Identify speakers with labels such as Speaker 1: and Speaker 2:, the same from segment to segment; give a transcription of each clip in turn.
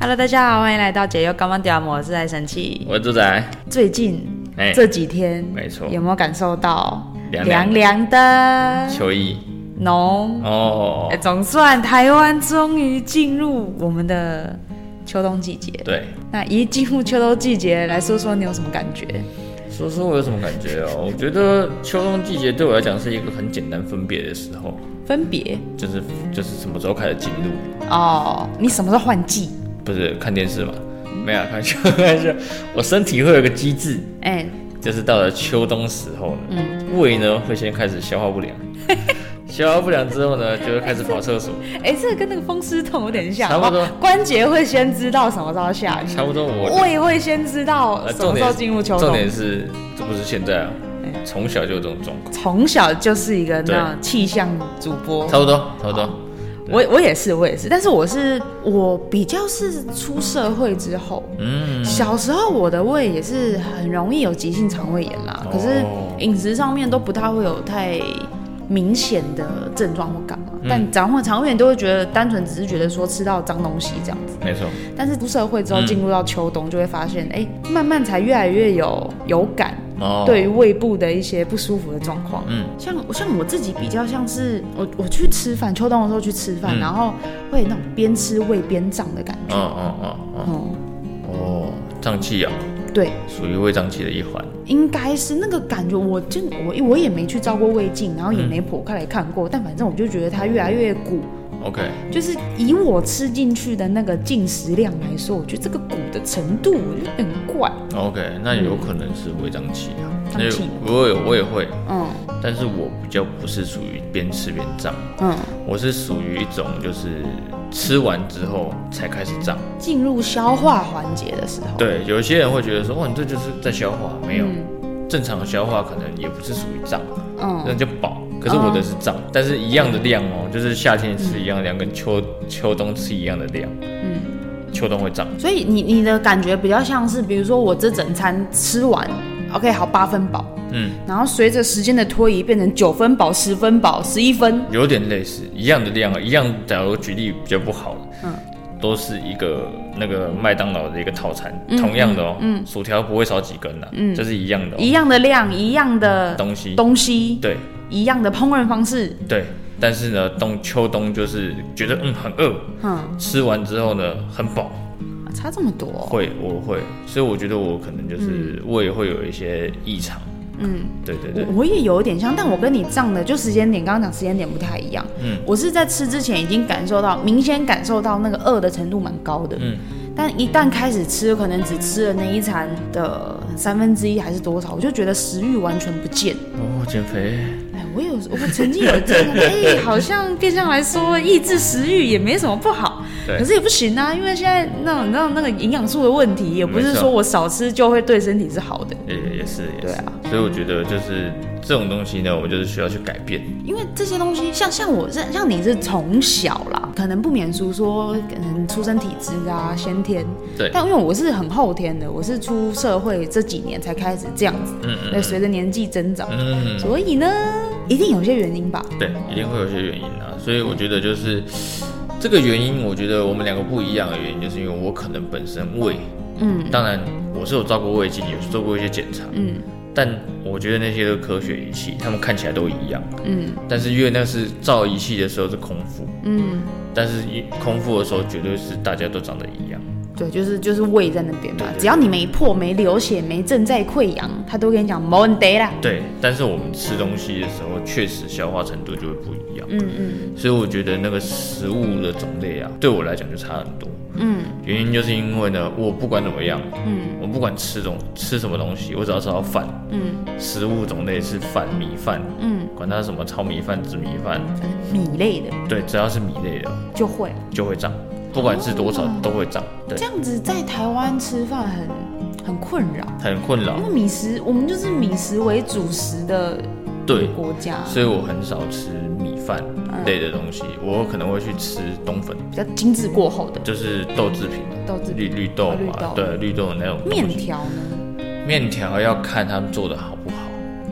Speaker 1: Hello，大家好，欢迎来到解忧高方屌魔，我是爱神器。
Speaker 2: 我是猪仔，
Speaker 1: 最近、
Speaker 2: 哎
Speaker 1: 这几天，
Speaker 2: 没错
Speaker 1: 有没有感受到
Speaker 2: 凉凉的
Speaker 1: 凉的
Speaker 2: 秋意
Speaker 1: 浓？
Speaker 2: 哦
Speaker 1: 哎，总算台湾终于进入我们的秋冬季节。
Speaker 2: 对，
Speaker 1: 那一进入秋冬季节，来说说你有什么感觉？
Speaker 2: 说说我有什么感觉哦？我觉得秋冬季节对我来讲是一个很简单分别的时候，
Speaker 1: 分别
Speaker 2: 就是就是什么时候开始进入，
Speaker 1: 哦，你什么时候换季？
Speaker 2: 不是看电视嘛？没有啊，开玩笑，开玩笑， 我身体会有个机制，
Speaker 1: 哎，
Speaker 2: 就是到了秋冬时候呢，
Speaker 1: 嗯
Speaker 2: 胃呢会先开始消化 不良，消化不良之后呢，就会开始跑厕所，
Speaker 1: 哎，这个跟那个风湿痛有点像，
Speaker 2: 差不多
Speaker 1: 哦关节会先知道什么时候下雨，
Speaker 2: 差不多 我
Speaker 1: 胃会先知道
Speaker 2: 呃
Speaker 1: 什么时候进入秋
Speaker 2: 重
Speaker 1: 冬。哎
Speaker 2: 点是这不是现在啊，从小就有这种状况，
Speaker 1: 从小就是一个那种气象主播，
Speaker 2: 差不多，差不多。
Speaker 1: 我我也是，我也是，但是我是我比较是出社会之后，
Speaker 2: 嗯，
Speaker 1: 小时候我的胃也是很容易有急性肠胃炎啦，
Speaker 2: 哦
Speaker 1: 可是饮食上面都不太会有太明显的症状或干嘛，
Speaker 2: 嗯
Speaker 1: 但长会肠胃炎都会觉得单纯只是觉得说吃到脏东西这样子，
Speaker 2: 没错，
Speaker 1: 但是出社会之后进入到秋冬就会发现，哎、慢慢才越来越有有感，
Speaker 2: 哦，
Speaker 1: 对于胃部的一些不舒服的状况。
Speaker 2: 嗯，
Speaker 1: 像像我自己比较像是我我去吃饭，秋冬的时候去吃饭，
Speaker 2: 嗯
Speaker 1: 然后会有那种边吃胃边胀的感
Speaker 2: 嗯
Speaker 1: 觉。
Speaker 2: 嗯嗯
Speaker 1: 哦、
Speaker 2: 嗯，哦，胀气啊，
Speaker 1: 对，
Speaker 2: 属于胃胀气的一环。
Speaker 1: 应该是那个感觉。我就我我也没去照过胃镜，然后也没剖开来看
Speaker 2: 嗯
Speaker 1: 过，但反正我就觉得它越来越鼓。
Speaker 2: OK，
Speaker 1: 就是以我吃进去的那个进食量来说，我觉得这个鼓的程度我觉得很怪。
Speaker 2: OK，那有可能是胃胀气啊。
Speaker 1: 胀
Speaker 2: 那
Speaker 1: 气
Speaker 2: 我有我也会，
Speaker 1: 嗯
Speaker 2: 但是我比较不是属于边吃边胀，
Speaker 1: 嗯，
Speaker 2: 我是属于一种就是吃完之后才开始胀。
Speaker 1: 进入消化环节的时候，
Speaker 2: 对，有一些人会觉得说，哇，你这就是在消化，没有、
Speaker 1: 嗯
Speaker 2: 正常的消化可能也不是属于胀，
Speaker 1: 嗯
Speaker 2: 那就饱。可是我的是胀，但是一样的量哦，就是夏天吃一样的量，跟秋秋冬吃一样的量，
Speaker 1: 嗯。
Speaker 2: 秋冬会胀。
Speaker 1: 所以你你的感觉比较像是，比如说我这整餐吃完，OK 好八分饱，
Speaker 2: 嗯，
Speaker 1: 然后随着时间的推移变成九分饱、十分饱、十一分，
Speaker 2: 有点类似，一样的量啊，一样。假如举例比较不好，
Speaker 1: 嗯
Speaker 2: 嗯，都是一个那个麦当劳的一个套餐，
Speaker 1: 嗯
Speaker 2: 同样的哦，薯条不会少几根的、嗯，这是一样的、哦、
Speaker 1: 一样的量，一样的
Speaker 2: 东西，
Speaker 1: 东西，
Speaker 2: 对
Speaker 1: 一样的烹饪方式，
Speaker 2: 对。但是呢，冬秋冬就是觉得嗯很饿，
Speaker 1: 嗯，
Speaker 2: 吃完之后呢很饱，
Speaker 1: 差这么多哦、嗯
Speaker 2: 会我会，所以我觉得我可能就是胃会有一些异常，嗯，对对对，
Speaker 1: 我我也有一点像，但我跟你胀的就时间点，刚刚讲时间点不太一样。
Speaker 2: 嗯，
Speaker 1: 我是在吃之前已经感受到，明显感受到那个饿的程度蛮高的。
Speaker 2: 嗯，
Speaker 1: 但一旦开始吃，可能只吃了那一餐的三分之一还是多少，我就觉得食欲完全不见。
Speaker 2: 哦减肥，
Speaker 1: 哎，我有，我曾经有这样， 哎，好像变相来说，抑制食欲也没什么不好，
Speaker 2: 对
Speaker 1: 可是也不行啊，因为现在那种那种那个营养素的问题，也不是
Speaker 2: 没错
Speaker 1: 说我少吃就会对身体是好的，
Speaker 2: 也也是也
Speaker 1: 对
Speaker 2: 是
Speaker 1: 啊，
Speaker 2: 所以我觉得就是这种东西呢，我们就是需要去改变，
Speaker 1: 因为这些东西，像像我是像你是从小啦，可能不免俗说，可能出生体质啊，先天，
Speaker 2: 对
Speaker 1: 但因为我是很后天的，我是出社会这几年才开始这样子，
Speaker 2: 嗯嗯
Speaker 1: 对，随着年纪增长，
Speaker 2: 嗯，
Speaker 1: 所以呢，一定有些原因吧，
Speaker 2: 对，一定会有些原因啊。所以我觉得就是这个原因，我觉得我们两个不一样的原因，就是因为我可能本身胃，
Speaker 1: 嗯，
Speaker 2: 当然我是有照过胃镜，也是做过一些检查，
Speaker 1: 嗯
Speaker 2: 但我觉得那些都是科学仪器，他们看起来都一样，
Speaker 1: 嗯
Speaker 2: 但是因为那是照仪器的时候是空腹，
Speaker 1: 嗯，
Speaker 2: 但是一空腹的时候绝对是大家都长得一样，
Speaker 1: 对，就是就是胃在那边嘛
Speaker 2: 对，对
Speaker 1: 只要你没破、没流血、没正在溃疡，他都跟你讲没问题啦。
Speaker 2: 对，但是我们吃东西的时候确实消化程度就会不一样，
Speaker 1: 嗯嗯
Speaker 2: 所以我觉得那个食物的种类啊，对我来讲就差很多。
Speaker 1: 嗯
Speaker 2: 原因就是因为呢，我不管怎么样，
Speaker 1: 嗯
Speaker 2: 我不管吃东吃什么东西，我只要吃到饭，
Speaker 1: 嗯
Speaker 2: 食物种类是饭、米饭，
Speaker 1: 嗯，
Speaker 2: 管它什么糙米饭、紫米饭，
Speaker 1: 米类的
Speaker 2: 对，只要是米类的
Speaker 1: 就会
Speaker 2: 就会胀，不管是多少都会胀，对
Speaker 1: 哦这，样子，在台湾吃饭很很困扰，
Speaker 2: 很困扰
Speaker 1: 因，为米食我们就是米食为主食的
Speaker 2: 对，
Speaker 1: 国家，
Speaker 2: 所以我很少吃米饭
Speaker 1: 嗯
Speaker 2: 类的东西，我可能会去吃冬粉，
Speaker 1: 比较精致过后的
Speaker 2: 就是豆制品，
Speaker 1: 豆制
Speaker 2: 绿
Speaker 1: 品、
Speaker 2: 绿豆
Speaker 1: 绿
Speaker 2: 嘛
Speaker 1: 豆，
Speaker 2: 对，绿豆的那种东西
Speaker 1: 面条呢？
Speaker 2: 面条要看他们做的好不好，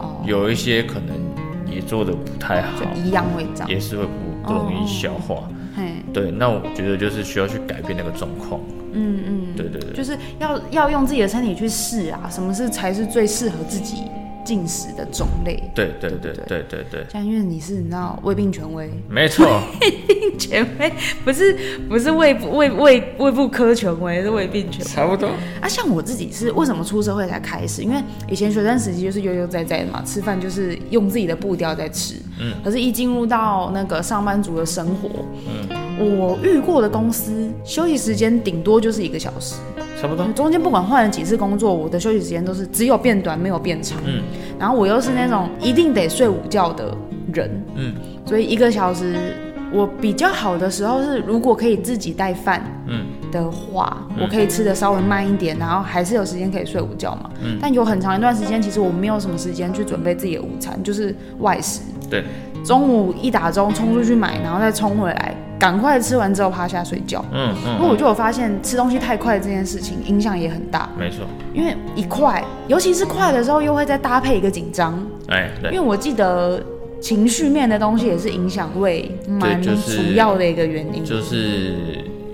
Speaker 1: 哦，
Speaker 2: 有一些可能也做的不太好
Speaker 1: 就，一样会长，
Speaker 2: 也是会不不容易消化。
Speaker 1: 嘿，
Speaker 2: 对，那我觉得就是需要去改变那个状况。
Speaker 1: 嗯嗯，
Speaker 2: 对对对
Speaker 1: 就是要要用自己的身体去试啊，什么是才是最适合自己进食的种类。
Speaker 2: 对对
Speaker 1: 对
Speaker 2: 对
Speaker 1: 不
Speaker 2: 对对对，
Speaker 1: 像因为你是你知道胃病权威，
Speaker 2: 没错，
Speaker 1: 病权威不是不是胃部胃胃胃部科权威，是胃病权威
Speaker 2: 差不多。
Speaker 1: 啊。像我自己是为什么出社会才开始？因为以前学生时期就是悠悠哉哉的嘛，吃饭就是用自己的步调在吃。嗯，可是，一进入到那个上班族的生活，嗯，我遇过的公司休息时间顶多就是一个小时。
Speaker 2: 差不多。
Speaker 1: 嗯中间不管换了几次工作，我的休息时间都是只有变短没有变长。
Speaker 2: 嗯
Speaker 1: 然后我又是那种一定得睡午觉的人，
Speaker 2: 嗯
Speaker 1: 所以一个小时我比较好的时候是，如果可以自己带饭
Speaker 2: 嗯，
Speaker 1: 的话，我可以吃的稍微慢一点，然后还是有时间可以睡午觉嘛。
Speaker 2: 嗯
Speaker 1: 但有很长一段时间，其实我没有什么时间去准备自己的午餐，就是外食。
Speaker 2: 对，
Speaker 1: 中午一打钟冲出去买，然后再冲回来，赶快吃完之后趴下睡觉。
Speaker 2: 嗯
Speaker 1: 不
Speaker 2: 嗯，
Speaker 1: 过我就有发现，吃东西太快这件事情影响也很大。
Speaker 2: 没错。
Speaker 1: 因为一块，尤其是快的时候，又会再搭配一个紧张。
Speaker 2: 哎，
Speaker 1: 因为
Speaker 2: 对
Speaker 1: 我记得情绪面的东西也是影响胃蛮
Speaker 2: 就是
Speaker 1: 主要的一个原因。
Speaker 2: 就是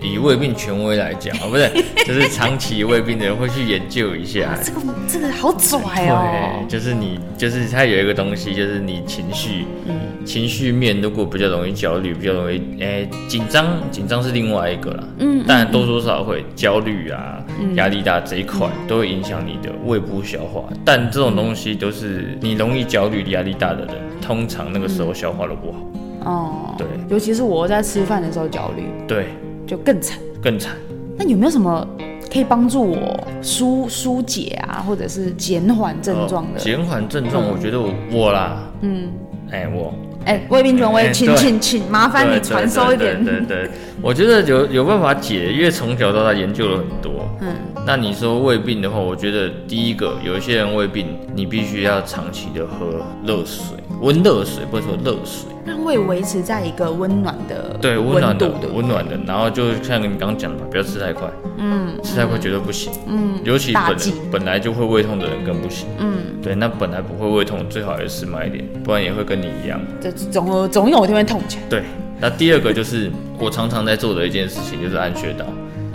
Speaker 2: 以胃病权威来讲啊，不是，就是长期胃病的人会去研究一下。
Speaker 1: 这个这个好拽哦
Speaker 2: 对，、就是你，就是它有一个东西，就是你情绪，
Speaker 1: 嗯
Speaker 2: 情绪面如果比较容易焦虑，比较容易，哎、紧张，紧张是另外一个啦，嗯，但多多少少会焦虑啊，
Speaker 1: 嗯
Speaker 2: 压、力大这一块都会影响你的胃部消化，但这种东西都是你容易焦虑、压力大的人，通常那个时候消化的不好，
Speaker 1: 哦、
Speaker 2: 对
Speaker 1: 尤其是我在吃饭的时候焦虑，
Speaker 2: 对，
Speaker 1: 就更惨。
Speaker 2: 更惨。
Speaker 1: 那有没有什么可以帮助我疏疏解啊，或者是减缓症状
Speaker 2: 哦
Speaker 1: 的？
Speaker 2: 减缓症状，我觉得我我啦，
Speaker 1: 嗯，
Speaker 2: 哎、我。
Speaker 1: 哎、胃病权威，
Speaker 2: 哎
Speaker 1: 请
Speaker 2: 对
Speaker 1: 请请，麻烦你
Speaker 2: 对
Speaker 1: 传授一点。
Speaker 2: 对对对对对我觉得有有办法解，因为从小到大研究了很多。
Speaker 1: 嗯，
Speaker 2: 那你说胃病的话，我觉得第一个，有一些人胃病，你必须要长期的喝热水，温热水，不是说热水，
Speaker 1: 让胃维持在一个温暖的
Speaker 2: 对，温暖的
Speaker 1: 温度，对不对
Speaker 2: 温暖的。然后就像你刚刚讲的嘛，不要吃太快，嗯，吃太快绝对不行，嗯，尤其
Speaker 1: 大
Speaker 2: 本
Speaker 1: 忌
Speaker 2: 本来就会胃痛的人更不行，嗯，对，那本来不会胃痛，最好也是慢一点，不然也会跟你一样。
Speaker 1: 这总呃总有一天会痛起来。
Speaker 2: 对，那第二个就是我常常在做的一件事情，就是按穴道。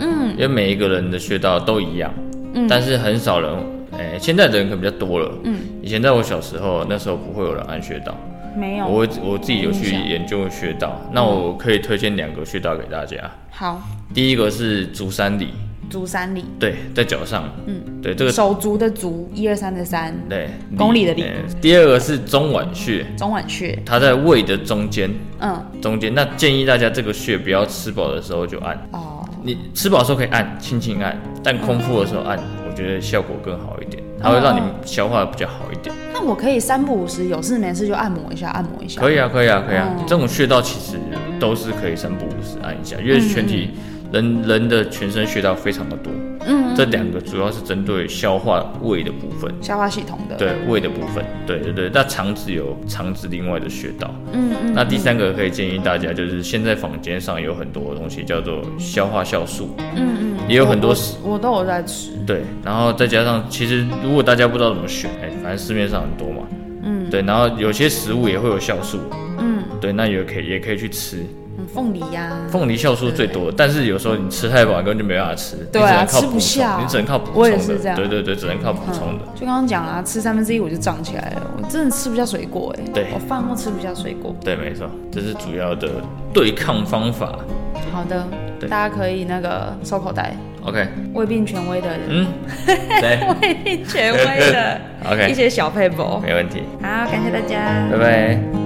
Speaker 2: 嗯，因为每一个人的穴道都一样，嗯，但是很少人，哎、现在的人可能比较多了。嗯，以前在我小时候，那时候不会有人按穴道，
Speaker 1: 没有，
Speaker 2: 我我自己有
Speaker 1: 没哦印
Speaker 2: 去
Speaker 1: 象嗯
Speaker 2: 研究穴道。那我可以推荐两个穴道给大家，
Speaker 1: 好，
Speaker 2: 第一个是足三里，
Speaker 1: 足三里，
Speaker 2: 对，在脚上，嗯，对，这个
Speaker 1: 手足的足，一二三的三，
Speaker 2: 对
Speaker 1: 公里的里
Speaker 2: 哎第二个是中脘穴，
Speaker 1: 中脘穴，
Speaker 2: 它在胃的中间，
Speaker 1: 嗯，
Speaker 2: 中间。那建议大家这个穴不要吃饱的时候就按。
Speaker 1: 哦，
Speaker 2: 你吃饱的时候可以按，轻轻按，但空腹的时候按，我觉得效果更好一点，它会让你
Speaker 1: 哦
Speaker 2: 消化得比较好一点。
Speaker 1: 那我可以三不五时，有事没事就按摩一下，按摩一下，
Speaker 2: 可以啊，可以啊，可以啊，
Speaker 1: 哦
Speaker 2: 这种穴道其实都是可以三不五时按一下，因为
Speaker 1: 嗯
Speaker 2: 全体人人的全身穴道非常的多，嗯，这两个主要是针对消化胃的部分。
Speaker 1: 消化系统的，
Speaker 2: 对，胃的部分，对对对，那肠子有肠子另外的穴道，
Speaker 1: 嗯嗯，
Speaker 2: 那第三个可以建议大家，就是现在坊间上有很多东西叫做消化酵素，
Speaker 1: 嗯
Speaker 2: 也有很多
Speaker 1: 我我都有在吃，
Speaker 2: 对，然后再加上，其实如果大家不知道怎么选，哎、反正市面上很多嘛，嗯，对，然后有些食物也会有酵素，
Speaker 1: 嗯，
Speaker 2: 对，那也可以也可以去吃，
Speaker 1: 嗯凤梨呀、
Speaker 2: 凤梨酵素最多，但是有时候你吃太饱，你根本就没办法吃，
Speaker 1: 对啊
Speaker 2: 你只能靠
Speaker 1: 吃不
Speaker 2: 补充
Speaker 1: 下
Speaker 2: 你只能靠补充的，
Speaker 1: 我也是这样
Speaker 2: 对对对，只能靠补充的，
Speaker 1: 就刚刚讲啊，吃三分之一我就胀起来了，我真的吃不下水果哎、
Speaker 2: 对
Speaker 1: 我饭后吃不下水果。
Speaker 2: 对，没错，这是主要的对抗方法
Speaker 1: 好的，
Speaker 2: 对
Speaker 1: 大家可以那个收口袋，
Speaker 2: ，OK，
Speaker 1: 胃病权威的人，
Speaker 2: 嗯，对
Speaker 1: 胃病权威的
Speaker 2: OK
Speaker 1: 一些小配博。
Speaker 2: 没问题，
Speaker 1: 好，感谢大家。
Speaker 2: 拜拜。